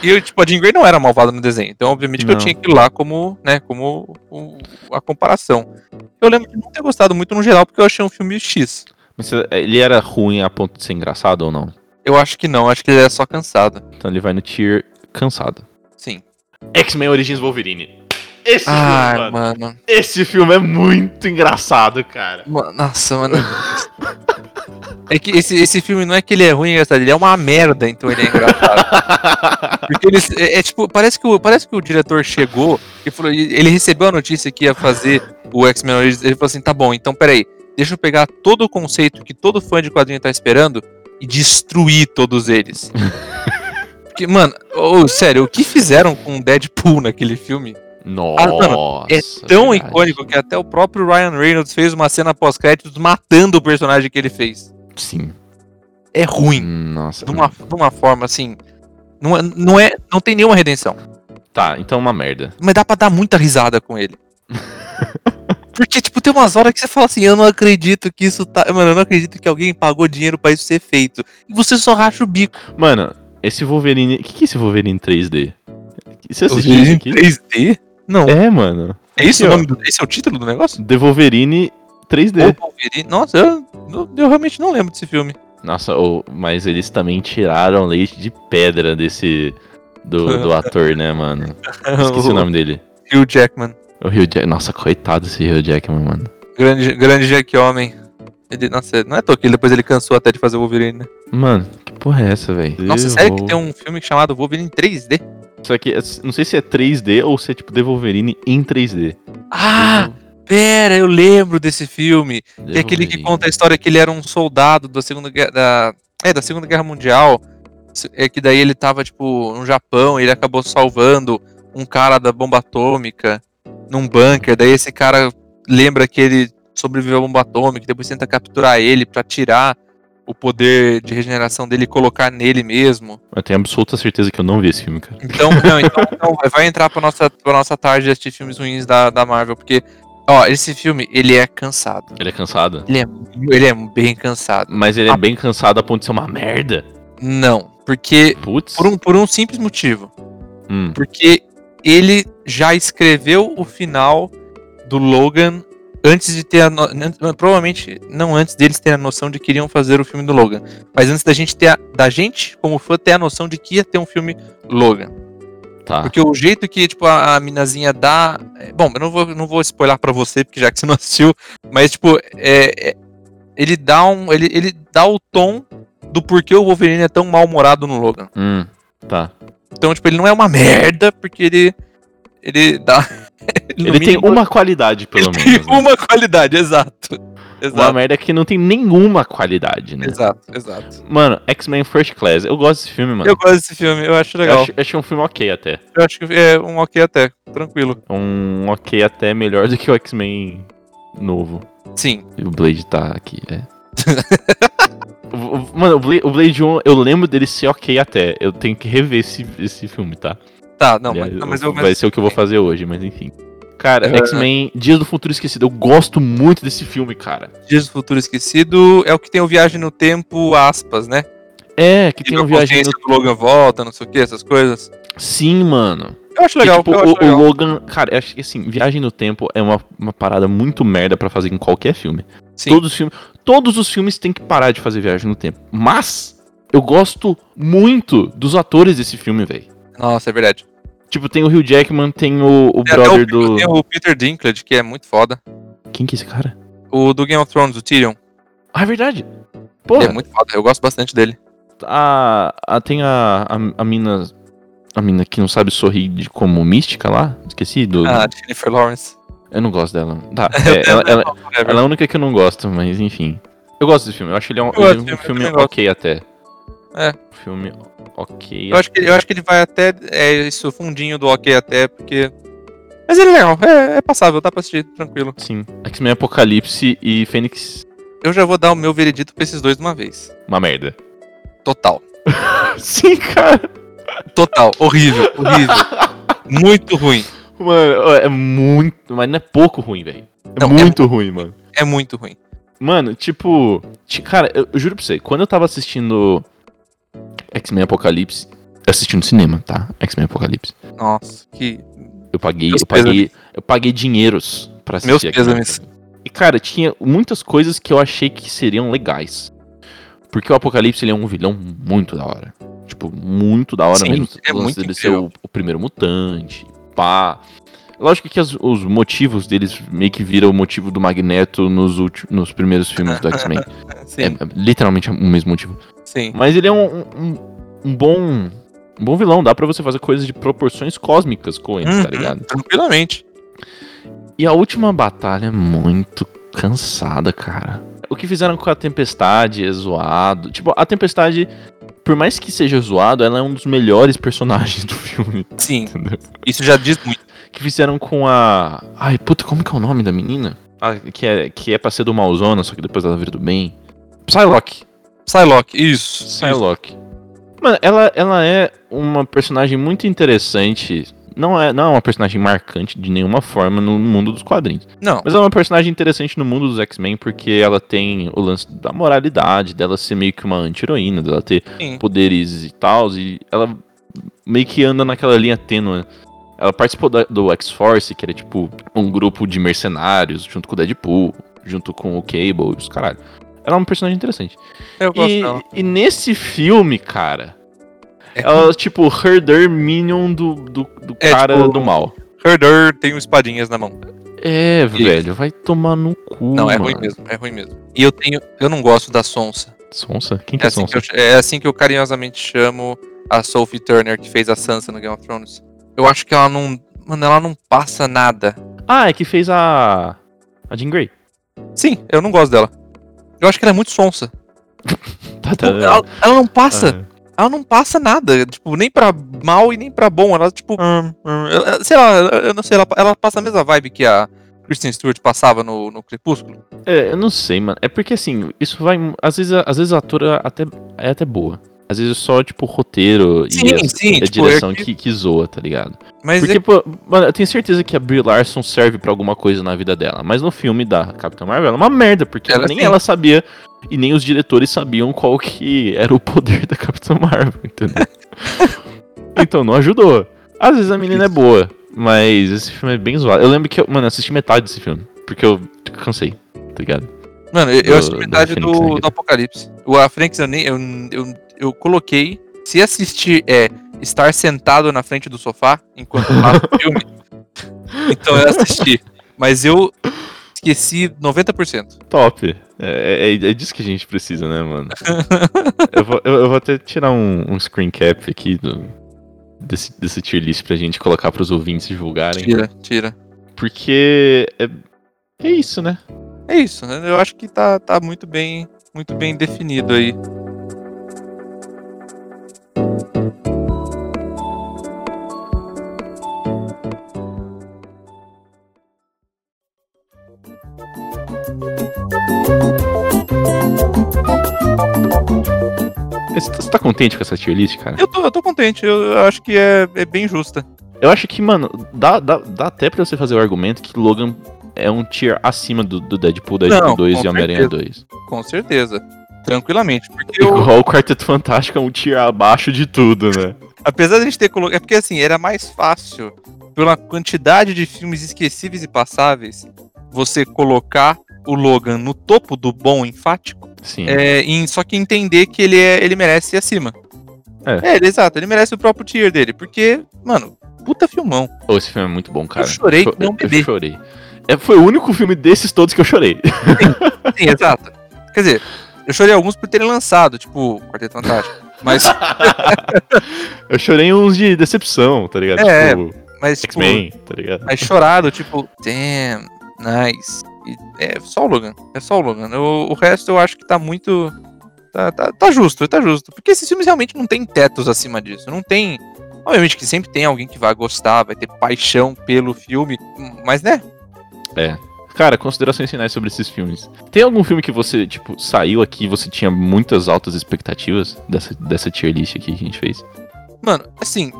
[SPEAKER 2] e eu, tipo, a Jean Grey não era malvada no desenho. Então, obviamente, que eu
[SPEAKER 1] Não.
[SPEAKER 2] tinha aquilo lá como, né, como o- a comparação. Eu lembro de não ter gostado muito no geral, porque eu achei um filme X.
[SPEAKER 1] Mas você- ele era ruim a ponto de ser engraçado ou não?
[SPEAKER 2] Eu acho que não, acho que ele era só cansado.
[SPEAKER 1] Então ele vai no tier cansado.
[SPEAKER 2] Sim.
[SPEAKER 1] X-Men Origins Wolverine. Esse
[SPEAKER 2] Ai, Ah, mano.
[SPEAKER 1] Esse filme é muito engraçado, cara.
[SPEAKER 2] Mano, Nossa, mano. É que esse, esse filme não é que ele é ruim, é engraçado, ele é uma merda, então ele é engraçado. Porque eles, é, é tipo, parece que, o, parece que o diretor chegou e falou, e ele recebeu a notícia que ia fazer o X-Men Origins, ele falou assim, tá bom, então peraí, deixa eu pegar todo o conceito que todo fã de quadrinho tá esperando e destruir todos eles. Porque, mano, ô, sério, o que fizeram com o Deadpool naquele filme?
[SPEAKER 1] Nossa.
[SPEAKER 2] É tão
[SPEAKER 1] verdade.
[SPEAKER 2] icônico que até o próprio Ryan Reynolds fez uma cena pós-créditos matando o personagem que ele fez.
[SPEAKER 1] Sim.
[SPEAKER 2] É ruim.
[SPEAKER 1] Nossa.
[SPEAKER 2] De uma, de uma forma assim. Não, é- não, é, não tem nenhuma redenção.
[SPEAKER 1] Tá, então uma merda.
[SPEAKER 2] Mas dá pra dar muita risada com ele. Porque, tipo, tem umas horas que você fala assim: eu não acredito que isso tá. Mano, eu não acredito que alguém pagou dinheiro pra isso ser feito. E você só racha o bico.
[SPEAKER 1] Mano, esse Wolverine. O que, que é esse Wolverine 3D? Você assistiu isso aqui?
[SPEAKER 2] 3D? Não.
[SPEAKER 1] É, mano.
[SPEAKER 2] É isso o
[SPEAKER 1] aqui, ó. É.
[SPEAKER 2] nome do- Esse é o título do negócio?
[SPEAKER 1] The Wolverine 3D.
[SPEAKER 2] Ou Wolverine. Nossa, eu, eu realmente não lembro desse filme.
[SPEAKER 1] Nossa, ô, mas eles também tiraram leite de pedra desse. Do, do ator, né, mano? Esqueci o nome dele.
[SPEAKER 2] Hugh Jackman.
[SPEAKER 1] O Hugh Jack. Nossa, coitado desse Hugh Jackman, mano.
[SPEAKER 2] Grande, grande Jack Homem. Ele, nossa, não é à toa que ele- depois ele cansou até de fazer o Wolverine, né?
[SPEAKER 1] Mano, que porra é essa, velho?
[SPEAKER 2] Nossa, sério que tem um filme chamado Wolverine 3D?
[SPEAKER 1] Só que é- não sei se é 3D ou se é tipo The Wolverine em 3D.
[SPEAKER 2] Ah, pera, eu lembro desse filme. Que é aquele que conta a história que ele era um soldado da Segunda Guerra... Da, é, da Segunda Guerra Mundial. Se- É que daí ele tava, tipo, no Japão e ele acabou salvando um cara da bomba atômica num bunker. Daí esse cara lembra que ele sobreviveu à bomba atômica, depois tenta capturar ele pra tirar o poder de regeneração dele e colocar nele mesmo.
[SPEAKER 1] Eu tenho absoluta certeza que eu não vi esse filme, cara.
[SPEAKER 2] Então, não, então, então vai- vai entrar pra nossa, pra nossa tarde de assistir filmes ruins da, da Marvel, porque, ó, esse filme, ele é cansado.
[SPEAKER 1] Ele é cansado.
[SPEAKER 2] Ele é, ele é bem cansado.
[SPEAKER 1] Mas ele é
[SPEAKER 2] Ah.
[SPEAKER 1] bem cansado a ponto de ser uma merda.
[SPEAKER 2] Não, porque,
[SPEAKER 1] Putz.
[SPEAKER 2] por um, por um simples motivo,
[SPEAKER 1] Hum,
[SPEAKER 2] porque ele já escreveu o final do Logan antes de ter a no... an- provavelmente não antes deles terem a noção de que iriam fazer o filme do Logan, mas antes da gente ter a... da gente como fã ter a noção de que ia ter um filme Logan.
[SPEAKER 1] tá.
[SPEAKER 2] Porque o jeito que, tipo, a, a minazinha dá. é, Bom, eu não vou, não vou spoiler pra você, porque já que você não assistiu, mas, tipo, é, é- ele dá um. Ele, ele dá o tom do porquê o Wolverine é tão mal-humorado no Logan.
[SPEAKER 1] Hum, tá.
[SPEAKER 2] Então, tipo, ele não é uma merda, porque ele. Ele dá. no
[SPEAKER 1] Ele tem
[SPEAKER 2] mínimo,
[SPEAKER 1] uma qualidade, pelo
[SPEAKER 2] ele
[SPEAKER 1] menos.
[SPEAKER 2] tem
[SPEAKER 1] né?
[SPEAKER 2] uma qualidade, exato.
[SPEAKER 1] Uma
[SPEAKER 2] Exato.
[SPEAKER 1] merda que não tem nenhuma qualidade, né?
[SPEAKER 2] Exato, exato.
[SPEAKER 1] Mano, X-Men First Class. Eu gosto desse filme, mano.
[SPEAKER 2] Eu gosto desse filme, eu acho
[SPEAKER 1] Eu
[SPEAKER 2] legal.
[SPEAKER 1] acho- eu achei um filme ok até.
[SPEAKER 2] Eu acho que é um ok até, tranquilo.
[SPEAKER 1] Um ok até melhor do que o X-Men novo.
[SPEAKER 2] Sim.
[SPEAKER 1] E o Blade tá aqui, é. O- o- Mano, o Blade, o Blade 1, eu lembro dele ser ok até. Eu tenho que rever esse, esse filme, tá?
[SPEAKER 2] Tá, não, mas,
[SPEAKER 1] Aliás,
[SPEAKER 2] não, mas eu.
[SPEAKER 1] vai ser o que eu vou fazer hoje, mas enfim. Cara,
[SPEAKER 2] É.
[SPEAKER 1] X-Men, Dias do Futuro Esquecido, eu gosto muito desse filme, cara.
[SPEAKER 2] Dias do Futuro Esquecido é o que tem o Viagem no Tempo, aspas, né?
[SPEAKER 1] É, que
[SPEAKER 2] Que
[SPEAKER 1] tem
[SPEAKER 2] tem a
[SPEAKER 1] um viagem
[SPEAKER 2] consciência
[SPEAKER 1] no...
[SPEAKER 2] do Logan volta, não sei o que, essas coisas.
[SPEAKER 1] Sim, mano.
[SPEAKER 2] Eu acho
[SPEAKER 1] Que,
[SPEAKER 2] legal,
[SPEAKER 1] tipo,
[SPEAKER 2] eu
[SPEAKER 1] o,
[SPEAKER 2] acho
[SPEAKER 1] o
[SPEAKER 2] legal.
[SPEAKER 1] Logan... Cara, eu acho que assim, Viagem no Tempo é uma, uma parada muito merda pra fazer em qualquer filme.
[SPEAKER 2] Sim,
[SPEAKER 1] Todos os filmes, todos os filmes têm que parar de fazer viagem no tempo. Mas eu gosto muito dos atores desse filme, velho.
[SPEAKER 2] nossa, é verdade.
[SPEAKER 1] Tipo, tem o Hugh Jackman, tem o, É, o
[SPEAKER 2] Tem até
[SPEAKER 1] brother
[SPEAKER 2] o-
[SPEAKER 1] do.
[SPEAKER 2] Tem o Peter Dinklage, que é muito foda.
[SPEAKER 1] Quem que é esse cara?
[SPEAKER 2] O do Game of Thrones, o Tyrion,
[SPEAKER 1] Ah, é verdade.
[SPEAKER 2] que
[SPEAKER 1] Porra,
[SPEAKER 2] é muito foda, eu gosto bastante dele.
[SPEAKER 1] a, a- tem a, a, a mina. A mina que não sabe sorrir de como mística lá? Esqueci do.
[SPEAKER 2] Ah, Jennifer Lawrence.
[SPEAKER 1] Eu não gosto dela. Tá, é, ela, ela-
[SPEAKER 2] Whatever.
[SPEAKER 1] ela é a única que eu não gosto, É. mas enfim. Eu gosto desse filme, eu acho ele um,
[SPEAKER 2] gosto
[SPEAKER 1] ele é um
[SPEAKER 2] desse filme, eu
[SPEAKER 1] filme
[SPEAKER 2] também gosto.
[SPEAKER 1] ok até. Filme ok.
[SPEAKER 2] Eu acho que, eu acho que ele vai até. É isso, fundinho do ok até, porque. Mas ele é legal, é, é passável, dá pra assistir tranquilo.
[SPEAKER 1] Sim. X-Men Apocalipse e Fênix.
[SPEAKER 2] Eu já vou dar o meu veredito pra esses dois de uma vez.
[SPEAKER 1] Uma merda.
[SPEAKER 2] Total.
[SPEAKER 1] Sim, cara.
[SPEAKER 2] Total. Horrível, horrível. Muito ruim.
[SPEAKER 1] Mano, ó, é muito. Mas não é pouco ruim, velho. É
[SPEAKER 2] Não, é
[SPEAKER 1] muito ruim, mano.
[SPEAKER 2] É muito ruim.
[SPEAKER 1] Mano, tipo. ti- Cara, eu, eu juro pra você, quando eu tava assistindo X-Men Apocalipse. Assistindo cinema, tá? X-Men Apocalipse.
[SPEAKER 2] Nossa, que.
[SPEAKER 1] Eu paguei.
[SPEAKER 2] Meus
[SPEAKER 1] Eu paguei, eu paguei dinheiros pra assistir.
[SPEAKER 2] Meus
[SPEAKER 1] X-Men
[SPEAKER 2] pêsames.
[SPEAKER 1] E, cara, tinha muitas coisas que eu achei que seriam legais. Porque o Apocalipse ele é um vilão muito da hora. Tipo, muito da hora
[SPEAKER 2] Sim,
[SPEAKER 1] mesmo.
[SPEAKER 2] é
[SPEAKER 1] O lance
[SPEAKER 2] muito
[SPEAKER 1] dele ser
[SPEAKER 2] incrível.
[SPEAKER 1] o, o primeiro mutante, pá. Lógico que as- os motivos deles meio que viram o motivo do Magneto nos, ulti- nos primeiros filmes do X-Men. é,
[SPEAKER 2] né, Sim,
[SPEAKER 1] é literalmente o mesmo motivo.
[SPEAKER 2] sim.
[SPEAKER 1] Mas ele é um, um, um bom. Um bom vilão, dá pra você fazer coisas de proporções cósmicas com ele, tá
[SPEAKER 2] Uhum,
[SPEAKER 1] ligado?
[SPEAKER 2] Tranquilamente.
[SPEAKER 1] E a última batalha é muito cansada, cara. O que fizeram com a Tempestade é zoado. Tipo, a Tempestade, por mais que seja zoado, ela é um dos melhores personagens do filme,
[SPEAKER 2] Sim.
[SPEAKER 1] entendeu?
[SPEAKER 2] Isso já diz muito.
[SPEAKER 1] Que fizeram com a. Ai, puta, como que é o nome da menina? Ah, que, é, que é pra ser do malzona, só que depois ela vira do bem. Psylocke.
[SPEAKER 2] Psylocke, isso. isso.
[SPEAKER 1] Psylocke. Mano, ela, ela é uma personagem muito interessante. Não é, não é uma personagem marcante de nenhuma forma no mundo dos quadrinhos.
[SPEAKER 2] Não,
[SPEAKER 1] Mas ela é uma personagem interessante no mundo dos X-Men porque ela tem o lance da moralidade, dela ser meio que uma anti-heroína, dela ter
[SPEAKER 2] Sim.
[SPEAKER 1] poderes e tal, e ela meio que anda naquela linha tênue. Ela participou da- do X-Force, que era tipo um grupo de mercenários, junto com o Deadpool, junto com o Cable e os caralho. Ela é uma personagem interessante.
[SPEAKER 2] eu gosto
[SPEAKER 1] E,
[SPEAKER 2] dela.
[SPEAKER 1] e nesse filme, cara,
[SPEAKER 2] É
[SPEAKER 1] ela é tipo o herder minion do, do, do
[SPEAKER 2] É,
[SPEAKER 1] cara
[SPEAKER 2] tipo,
[SPEAKER 1] do mal.
[SPEAKER 2] Herder tem um espadinhas na mão.
[SPEAKER 1] É,
[SPEAKER 2] isso.
[SPEAKER 1] velho, vai tomar no cu.
[SPEAKER 2] Não, é
[SPEAKER 1] mano.
[SPEAKER 2] ruim mesmo, é ruim mesmo. E eu tenho. Eu não gosto da Sonsa.
[SPEAKER 1] Sonsa? Quem que
[SPEAKER 2] É
[SPEAKER 1] é,
[SPEAKER 2] assim que,
[SPEAKER 1] Sonsa?
[SPEAKER 2] eu, é assim que eu carinhosamente chamo a Sophie Turner, que fez a Sansa no Game of Thrones. Eu acho que ela não. Mano, ela não passa nada.
[SPEAKER 1] Ah, é que fez a. A Jean Grey.
[SPEAKER 2] Sim, eu não gosto dela. Eu acho que ela é muito sonsa.
[SPEAKER 1] Tá, tá.
[SPEAKER 2] Ela, ela não passa.
[SPEAKER 1] Ah,
[SPEAKER 2] Ela não passa nada. Tipo, nem pra mal e nem pra bom. Ela, tipo.
[SPEAKER 1] Ah,
[SPEAKER 2] hum, hum, ela- sei lá, eu não sei. Ela, ela passa a mesma vibe que a Kristen Stewart passava no, no Crepúsculo.
[SPEAKER 1] é, eu não sei, mano. É porque assim, isso vai. Às vezes, às vezes a atora até, é até boa. Às vezes só, tipo, o roteiro
[SPEAKER 2] Sim,
[SPEAKER 1] e a,
[SPEAKER 2] sim,
[SPEAKER 1] e a
[SPEAKER 2] tipo,
[SPEAKER 1] direção
[SPEAKER 2] é que-
[SPEAKER 1] que... Que, zoa, tá ligado?
[SPEAKER 2] Mas é
[SPEAKER 1] Porque, pô, mano, eu tenho certeza que a Brie Larson serve pra alguma coisa na vida dela. Mas no filme da Capitã Marvel, ela é uma merda, porque
[SPEAKER 2] Ela
[SPEAKER 1] nem
[SPEAKER 2] sim.
[SPEAKER 1] ela sabia e nem os diretores sabiam qual que era o poder da Capitã Marvel, entendeu? então não ajudou. Às vezes a menina é boa, mas esse filme é bem zoado. Eu lembro que eu, mano, eu assisti metade desse filme, porque eu cansei, tá ligado?
[SPEAKER 2] Mano, eu, eu
[SPEAKER 1] Do-
[SPEAKER 2] assisti
[SPEAKER 1] do
[SPEAKER 2] metade
[SPEAKER 1] Phoenix
[SPEAKER 2] do,
[SPEAKER 1] Negra.
[SPEAKER 2] do Apocalipse. O a Fênix eu nem. Eu, eu, eu coloquei. Se assistir é estar sentado na frente do sofá enquanto passa o filme. Então eu assisti. Mas eu esqueci 90%.
[SPEAKER 1] Top. É, é- é disso que a gente precisa, né, mano? eu, vou, eu- eu vou até tirar um, um screen cap aqui do- desse, desse tier list pra gente colocar pros ouvintes divulgarem.
[SPEAKER 2] Tira, tira.
[SPEAKER 1] Porque é, é isso, né?
[SPEAKER 2] É isso. né? Eu acho que tá, tá muito bem. Muito bem definido aí.
[SPEAKER 1] Você tá, você tá contente com essa tier list, cara?
[SPEAKER 2] Eu tô, eu tô contente, eu, eu acho que é, é bem justa.
[SPEAKER 1] Eu acho que, mano, dá, dá, dá até pra você fazer o argumento que Logan é um tier acima do, do Deadpool, Deadpool
[SPEAKER 2] Não,
[SPEAKER 1] 2
[SPEAKER 2] com
[SPEAKER 1] e Homem-Aranha 2.
[SPEAKER 2] Com certeza. Tranquilamente. Porque eu,
[SPEAKER 1] Igual o Quarteto Fantástico é um tier abaixo de tudo, né?
[SPEAKER 2] Apesar de a gente ter colocado. É porque assim, era mais fácil, pela quantidade de filmes esquecíveis e passáveis, você colocar o Logan no topo do bom enfático,
[SPEAKER 1] Sim.
[SPEAKER 2] é, em- só que entender que ele, é, ele merece ir acima.
[SPEAKER 1] É.
[SPEAKER 2] É, ele- exato, ele merece o próprio tier dele, porque, mano, puta filmão.
[SPEAKER 1] Ô, esse filme é muito bom, cara.
[SPEAKER 2] chorei que nem um
[SPEAKER 1] eu
[SPEAKER 2] bebê.
[SPEAKER 1] chorei. É, foi o único filme desses todos que eu chorei.
[SPEAKER 2] Sim, exato. Quer dizer, eu chorei alguns por terem lançado, tipo, Quarteto Fantástico. Mas,
[SPEAKER 1] Eu chorei uns de decepção, tá ligado?
[SPEAKER 2] É,
[SPEAKER 1] tipo,
[SPEAKER 2] mas tipo,
[SPEAKER 1] X-Men, tá ligado?
[SPEAKER 2] Mas chorado, tipo, damn, nice. E é só o Logan. É só o Logan. O, o resto eu acho que tá muito. Tá, tá, tá justo, tá justo. Porque esses filmes realmente não tem tetos acima disso. Não tem. Obviamente que sempre tem alguém que vai gostar, vai ter paixão pelo filme, mas né?
[SPEAKER 1] Cara, considerações finais sobre esses filmes. Tem algum filme que você, tipo, saiu aqui e você tinha muitas altas expectativas dessa, dessa tier list aqui que a gente fez?
[SPEAKER 2] Mano, assim,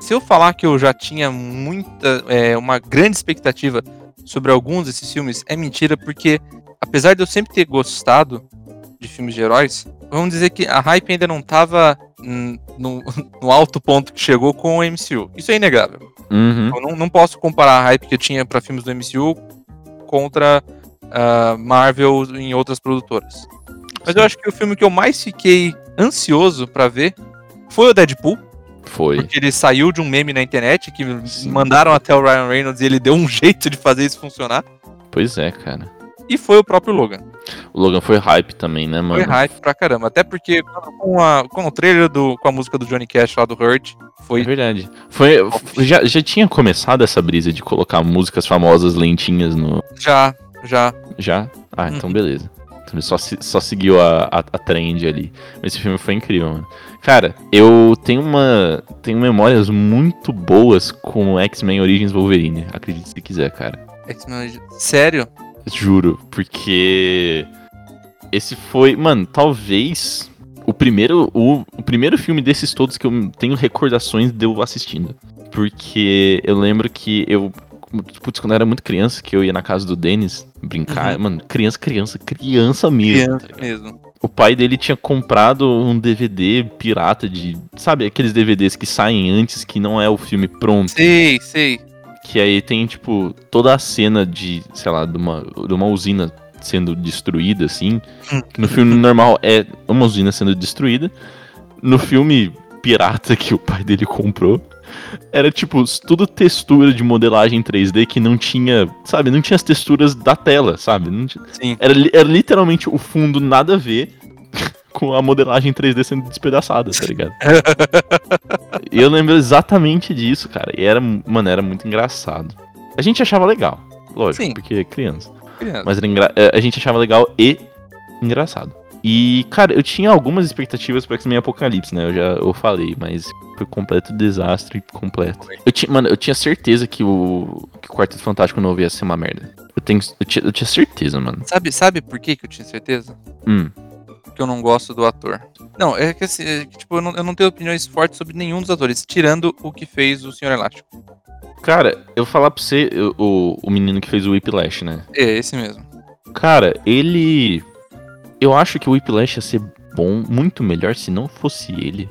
[SPEAKER 2] se eu falar que eu já tinha muita, é, uma grande expectativa sobre alguns desses filmes, é mentira, porque apesar de eu sempre ter gostado de filmes de heróis, vamos dizer que a hype ainda não tava hum, no, no alto ponto que chegou com o MCU. Isso é inegável.
[SPEAKER 1] Uhum.
[SPEAKER 2] Eu não, não posso comparar a hype que eu tinha pra filmes do MCU contra ah, Marvel em outras produtoras. Mas eu acho que o filme que eu mais fiquei ansioso pra ver foi o Deadpool,
[SPEAKER 1] Foi.
[SPEAKER 2] porque ele saiu de um meme na internet que
[SPEAKER 1] Sim.
[SPEAKER 2] mandaram até o Ryan Reynolds e ele deu um jeito de fazer isso funcionar.
[SPEAKER 1] Pois é, cara.
[SPEAKER 2] E foi o próprio Logan.
[SPEAKER 1] O Logan foi hype também, né, mano?
[SPEAKER 2] Foi hype pra caramba. Até porque com, a, com o trailer do, com a música do Johnny Cash lá do Hurt,
[SPEAKER 1] É
[SPEAKER 2] foi
[SPEAKER 1] verdade. Foi, f- já, já tinha começado essa brisa de colocar músicas famosas lentinhas no.
[SPEAKER 2] já, já.
[SPEAKER 1] Já? Ah,
[SPEAKER 2] Uhum.
[SPEAKER 1] então beleza. Então ele só, se- só seguiu a, a, a trend ali. Mas esse filme foi incrível, mano. Cara, eu tenho uma. Tenho memórias muito boas com X-Men Origins Wolverine. Acredite se quiser, cara.
[SPEAKER 2] X-Men- Sério?
[SPEAKER 1] Juro, porque. Esse foi. Mano, talvez. O primeiro, o, o primeiro filme desses todos que eu tenho recordações de eu assistindo. Porque eu lembro que eu. Putz, quando eu era muito criança, que eu ia na casa do Denis brincar. Mano, criança, criança, criança mesmo. tá
[SPEAKER 2] Criança
[SPEAKER 1] ligado?
[SPEAKER 2] mesmo.
[SPEAKER 1] O pai dele tinha comprado um DVD pirata de. Sabe, aqueles DVDs que saem antes, que não é o filme pronto.
[SPEAKER 2] Sei, sei.
[SPEAKER 1] Que aí tem, tipo, toda a cena de, sei lá, de uma, de uma usina sendo destruída, assim. Que no filme normal é uma usina sendo destruída. No filme pirata que o pai dele comprou, era, tipo, tudo textura de modelagem 3D que não tinha, sabe, não tinha as texturas da tela, sabe? Não tinha-
[SPEAKER 2] Sim.
[SPEAKER 1] era, li- era literalmente o fundo nada a ver com a modelagem 3D sendo despedaçada, tá ligado? E eu lembro exatamente disso, cara. E era, mano, era muito engraçado. A gente achava legal, lógico,
[SPEAKER 2] Sim.
[SPEAKER 1] porque é criança.
[SPEAKER 2] Criança.
[SPEAKER 1] Mas era engra- é, a gente achava legal e engraçado. E, cara, eu tinha algumas expectativas pra X-Men Apocalipse, né? Eu já eu falei, mas foi completo desastre completo. Eu tinha, mano, eu tinha certeza que o, que o Quarteto Fantástico novo ia ser uma merda. Eu, tenho, eu, tinha, eu tinha certeza, mano.
[SPEAKER 2] Sabe, sabe por que que eu tinha certeza?
[SPEAKER 1] Hum,
[SPEAKER 2] que eu não gosto do ator. Não, é que, assim, é que, tipo, eu não, eu não tenho opiniões fortes sobre nenhum dos atores, tirando o que fez o Senhor Elástico.
[SPEAKER 1] Cara, eu falar pra você, eu- o, o menino que fez o Whiplash, né?
[SPEAKER 2] É, esse mesmo.
[SPEAKER 1] Cara, ele. Eu acho que o Whiplash ia ser bom, muito melhor se não fosse ele.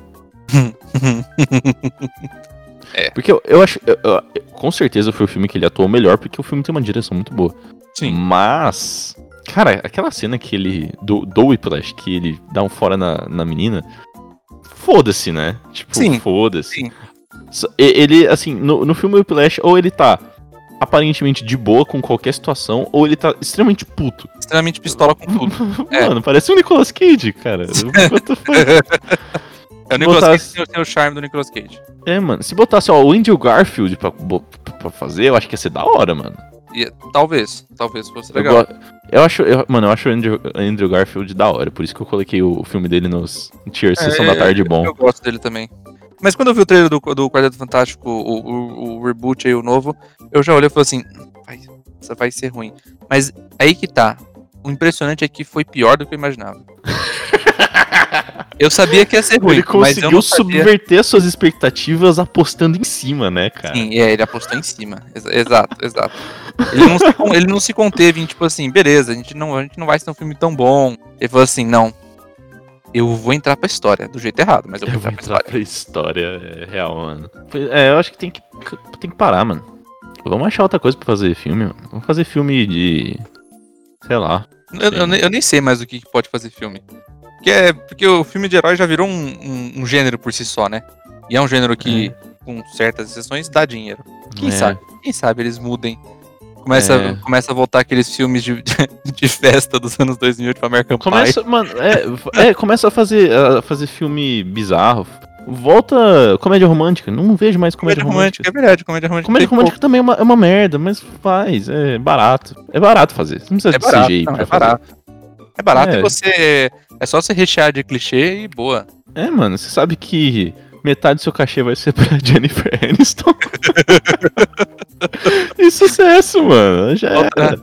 [SPEAKER 2] É.
[SPEAKER 1] Porque eu, eu acho. eu- eu- com certeza foi o filme que ele atuou melhor, porque o filme tem uma direção muito boa.
[SPEAKER 2] Sim.
[SPEAKER 1] Mas. Cara, aquela cena que ele. Do, do Whiplash, que ele dá um fora na, na menina. Foda-se, né? Tipo,
[SPEAKER 2] Sim.
[SPEAKER 1] foda-se.
[SPEAKER 2] Sim.
[SPEAKER 1] So- e- Ele, assim, no, no filme Whiplash, ou ele tá aparentemente de boa com qualquer situação, ou ele tá extremamente puto.
[SPEAKER 2] Extremamente pistola com tudo. É.
[SPEAKER 1] Mano, parece o Nicolas Cage, cara. What the fuck?
[SPEAKER 2] É o Nicolas
[SPEAKER 1] Botar-
[SPEAKER 2] Cage tem o- tem o charme do Nicolas Cage.
[SPEAKER 1] É, mano. Se botasse, ó, o Andrew Garfield pra, bo- pra fazer, eu acho que ia ser da hora, mano.
[SPEAKER 2] E, é- talvez, talvez fosse
[SPEAKER 1] Eu,
[SPEAKER 2] legal.
[SPEAKER 1] go- eu acho, eu- mano, eu acho o Andrew, Andrew Garfield da hora, por isso que eu coloquei o, o filme dele nos tier Sessão da Tarde bom.
[SPEAKER 2] É, Eu gosto dele também. Mas quando eu vi o trailer do, do Quarteto Fantástico, o, o- o reboot aí, o novo, eu já olhei e falei assim, vai, isso vai ser ruim. Mas aí que tá. O impressionante é que foi pior do que eu imaginava. eu sabia que ia ser ruim,
[SPEAKER 1] Ele
[SPEAKER 2] mas eu
[SPEAKER 1] conseguiu
[SPEAKER 2] não sabia...
[SPEAKER 1] subverter suas expectativas apostando em cima, né, cara?
[SPEAKER 2] Sim, é, ele apostou em cima. Ex- Exato, exato. Ele não, se, con- ele não se conteve em, tipo assim, beleza, a gente, não, a gente não vai ser um filme tão bom. Ele falou assim, não. Eu vou entrar pra história, do jeito errado, mas eu vou
[SPEAKER 1] Eu
[SPEAKER 2] entrar
[SPEAKER 1] vou
[SPEAKER 2] pra
[SPEAKER 1] entrar
[SPEAKER 2] história.
[SPEAKER 1] pra história é, real, mano. Foi- É, eu acho que tem que, tem que parar, mano. Vamos achar outra coisa pra fazer filme, mano. Vamos fazer filme de. Sei lá.
[SPEAKER 2] Eu, eu nem- eu nem sei mais o que que pode fazer filme. Que é, porque o filme de herói já virou um, um- um gênero por si só, né? E é um gênero que, com certas exceções, dá dinheiro. Quem
[SPEAKER 1] É.
[SPEAKER 2] sabe? Quem sabe eles mudem. Começa,
[SPEAKER 1] É.
[SPEAKER 2] começa a voltar aqueles filmes de, de festa dos anos 2000, tipo American Pie.
[SPEAKER 1] Começa, mano, é, é, começa a fazer, a fazer filme bizarro. Volta comédia romântica. Não vejo mais comédia, romântica.
[SPEAKER 2] é verdade, comédia romântica.
[SPEAKER 1] Comédia
[SPEAKER 2] tem
[SPEAKER 1] romântica também é uma, é uma merda, mas faz, é barato. É barato fazer. Não precisa
[SPEAKER 2] É
[SPEAKER 1] de
[SPEAKER 2] barato,
[SPEAKER 1] CGI
[SPEAKER 2] não,
[SPEAKER 1] pra
[SPEAKER 2] é barato. É barato é.
[SPEAKER 1] É.
[SPEAKER 2] você é, É só você rechear de clichê e boa.
[SPEAKER 1] É, mano, você sabe que metade do seu cachê vai ser pra Jennifer Aniston. e sucesso, mano. Já era.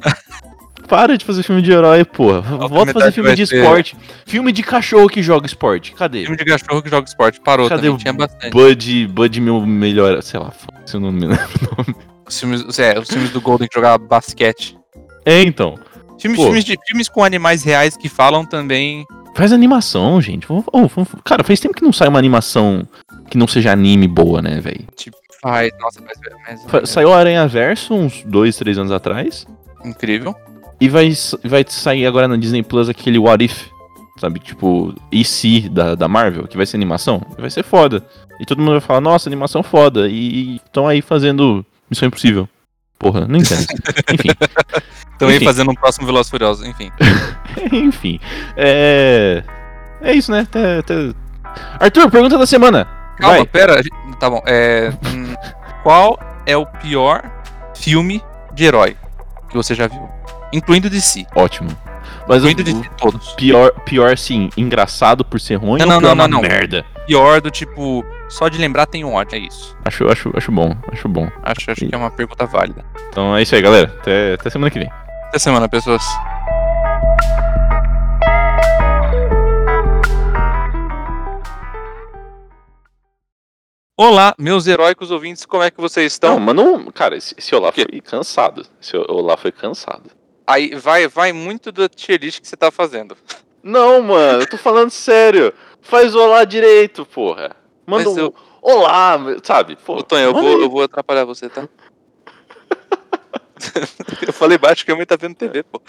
[SPEAKER 1] Para de fazer filme de herói, porra. Volta a fazer
[SPEAKER 2] metade
[SPEAKER 1] filme
[SPEAKER 2] vai
[SPEAKER 1] de
[SPEAKER 2] ser-
[SPEAKER 1] esporte. Filme de cachorro que joga esporte. Cadê?
[SPEAKER 2] Filme de cachorro que joga esporte parou
[SPEAKER 1] Cadê
[SPEAKER 2] também,
[SPEAKER 1] o
[SPEAKER 2] tinha bastante.
[SPEAKER 1] Bud, Bud meu melhor, sei lá, se eu não me lembro.
[SPEAKER 2] Os filmes, é, os filmes do Golden que jogava basquete.
[SPEAKER 1] É, então.
[SPEAKER 2] Filmes,
[SPEAKER 1] Pô.
[SPEAKER 2] filmes, de, filmes com animais reais que falam também.
[SPEAKER 1] Faz animação, gente. Vamos- oh, vamos- cara, faz tempo que não sai uma animação que não seja anime boa, né, velho?
[SPEAKER 2] Faz, nossa, mas, é, mas
[SPEAKER 1] Fa- Saiu Aranha Verso uns dois, três anos atrás.
[SPEAKER 2] incrível.
[SPEAKER 1] E vai, s- vai sair agora na Disney Plus aquele What If, sabe? Tipo, e se da, da Marvel, que vai ser animação. Vai ser foda. E todo mundo vai falar, nossa, animação foda. E estão aí fazendo Missão Impossível. Porra, não entendo. Enfim.
[SPEAKER 2] Também
[SPEAKER 1] Enfim.
[SPEAKER 2] fazendo um próximo Veloz Furioso, enfim.
[SPEAKER 1] Enfim. É. É isso, né? Até- até- Arthur, pergunta da semana.
[SPEAKER 2] Calma,
[SPEAKER 1] Vai.
[SPEAKER 2] pera. a gente- Tá bom. É, hum, qual é o pior filme de herói que você já viu? Incluindo de si.
[SPEAKER 1] Ótimo. Mas o,
[SPEAKER 2] Incluindo de si todos.
[SPEAKER 1] o pior, pior, sim, engraçado por ser ruim
[SPEAKER 2] Não,
[SPEAKER 1] ou
[SPEAKER 2] não,
[SPEAKER 1] pior é
[SPEAKER 2] não,
[SPEAKER 1] uma
[SPEAKER 2] não, não.
[SPEAKER 1] merda?
[SPEAKER 2] Pior do tipo, só de lembrar tem um ódio. É isso.
[SPEAKER 1] Acho, acho, acho bom, acho bom.
[SPEAKER 2] Acho, acho que é uma pergunta válida.
[SPEAKER 1] Então é isso aí, galera. Até, até semana que vem.
[SPEAKER 2] Até semana, pessoas. Olá, meus heróicos ouvintes, como é que vocês estão?
[SPEAKER 1] mas não. Cara, esse, Olá
[SPEAKER 2] quê?
[SPEAKER 1] foi cansado. Esse Olá foi cansado.
[SPEAKER 2] Aí vai, vai muito da tier list que você tá fazendo.
[SPEAKER 1] Não, mano, eu tô falando sério. Faz Olá direito, porra.
[SPEAKER 2] Manda Mas um eu-
[SPEAKER 1] Olá, sabe? um
[SPEAKER 2] Ô, Tonho, eu vou, eu vou atrapalhar você, tá? eu falei baixo que a mãe tá vendo TV, pô.